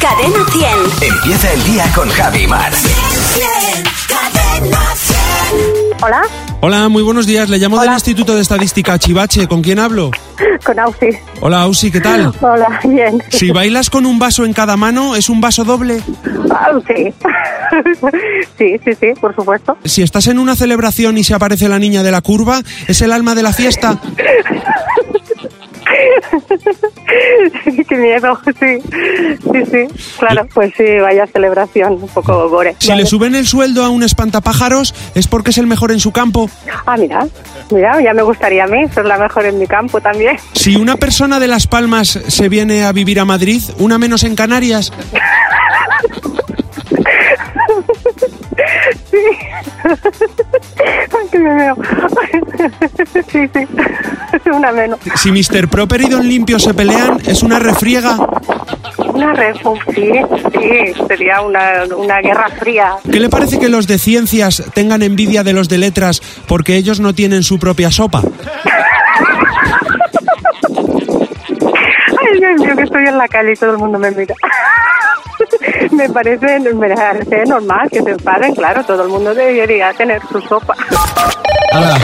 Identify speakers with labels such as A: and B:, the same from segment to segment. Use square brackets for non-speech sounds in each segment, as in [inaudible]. A: Cadena 100.
B: Empieza el día con Javi Mar.
A: Cadena 100.
C: Hola,
D: Hola, muy buenos días. Le llamo del Instituto de Estadística Chivache. ¿Con quién hablo?
C: con Ausi.
D: Hola, Ausi,
C: [laughs]
D: ¿qué tal?
C: Hola, bien.
D: Si bailas con un vaso en cada mano, ¿es un vaso doble?
C: Ah, sí. sí, sí, sí, por supuesto. [laughs]
D: Si estás en una celebración y se aparece la niña de la curva, ¿es el alma de la fiesta?
C: Qué miedo, sí. Sí, sí. Claro, pues sí, vaya celebración, un poco gore.
D: Si le suben el sueldo a un espantapájaros, ¿es porque es el mejor en su campo?
C: Ah, mira, mira, ya me gustaría a mí, ser la mejor en mi campo también. [laughs]
D: Si una persona de Las Palmas se viene a vivir a Madrid, ¿una menos en Canarias?
C: Sí. Ay, qué miedo. [laughs] Sí, [laughs] sí. Una menos.
D: Si Mr. Proper y Don Limpio se pelean, ¿es una refriega?
C: Una refu, sí, sí. Sería una, una guerra fría.
D: ¿Qué le parece que los de ciencias tengan envidia de los de letras porque ellos no tienen su propia sopa?
C: Ay, Dios mío, que estoy en la calle y todo el mundo me mira. [laughs] Me parece, me parece normal que se enfaden, claro, todo el mundo debería tener su sopa.
D: Ahora,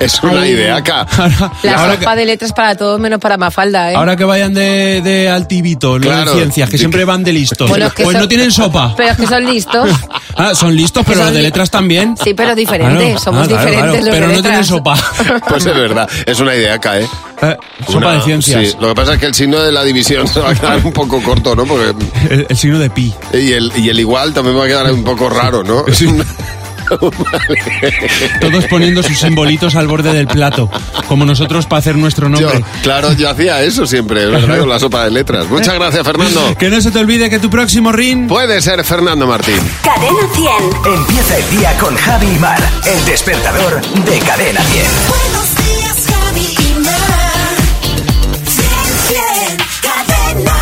E: Es una
F: Ahí.
E: idea acá.
D: ahora-
F: La
D: ahora
F: sopa
D: que,
F: de letras para todos menos para Mafalda, ¿eh?
D: ahora que vayan de, de altivito, los
E: Claro.
D: de ciencias, que siempre van de listos.
F: Bueno, es que
D: pues
F: son-
D: no tienen sopa.
F: [laughs] Pero es que son listos.
D: [laughs] Ah, son listos, pero
F: Son
D: los de
F: li-
D: letras también.
F: Sí, pero diferentes.
D: Claro.
F: Somos
D: Ah, claro,
F: diferentes
D: claro.
F: los
D: Pero
F: de
D: no tienen
F: letras.
D: sopa.
F: [laughs]
E: Pues es verdad, es una idea acá, ¿eh?
D: Eh, sopa
E: Una-
D: de ciencias.
E: sí, lo que pasa es que el signo de la división se va a quedar un poco corto, ¿no? Porque,
D: El, el signo de pi.
E: y, el, y el igual también va a quedar un poco raro, ¿no?
D: [laughs]
E: [laughs]
D: Todos poniendo sus simbolitos al borde del plato, como nosotros para hacer nuestro
E: Yo,
D: nombre.
E: claro, yo hacía eso siempre, ¿verdad? Con la sopa de letras. Muchas gracias, Fernando.
D: Que no se te olvide que tu próximo ring...
E: Puede ser Fernando Martín.
A: Cadena 100.
B: Empieza el día con Javi Mar. El despertador de Cadena 10.
A: Buenos días, Javi y Mar. Cadena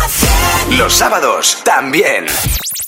A: 100.
B: Los sábados también.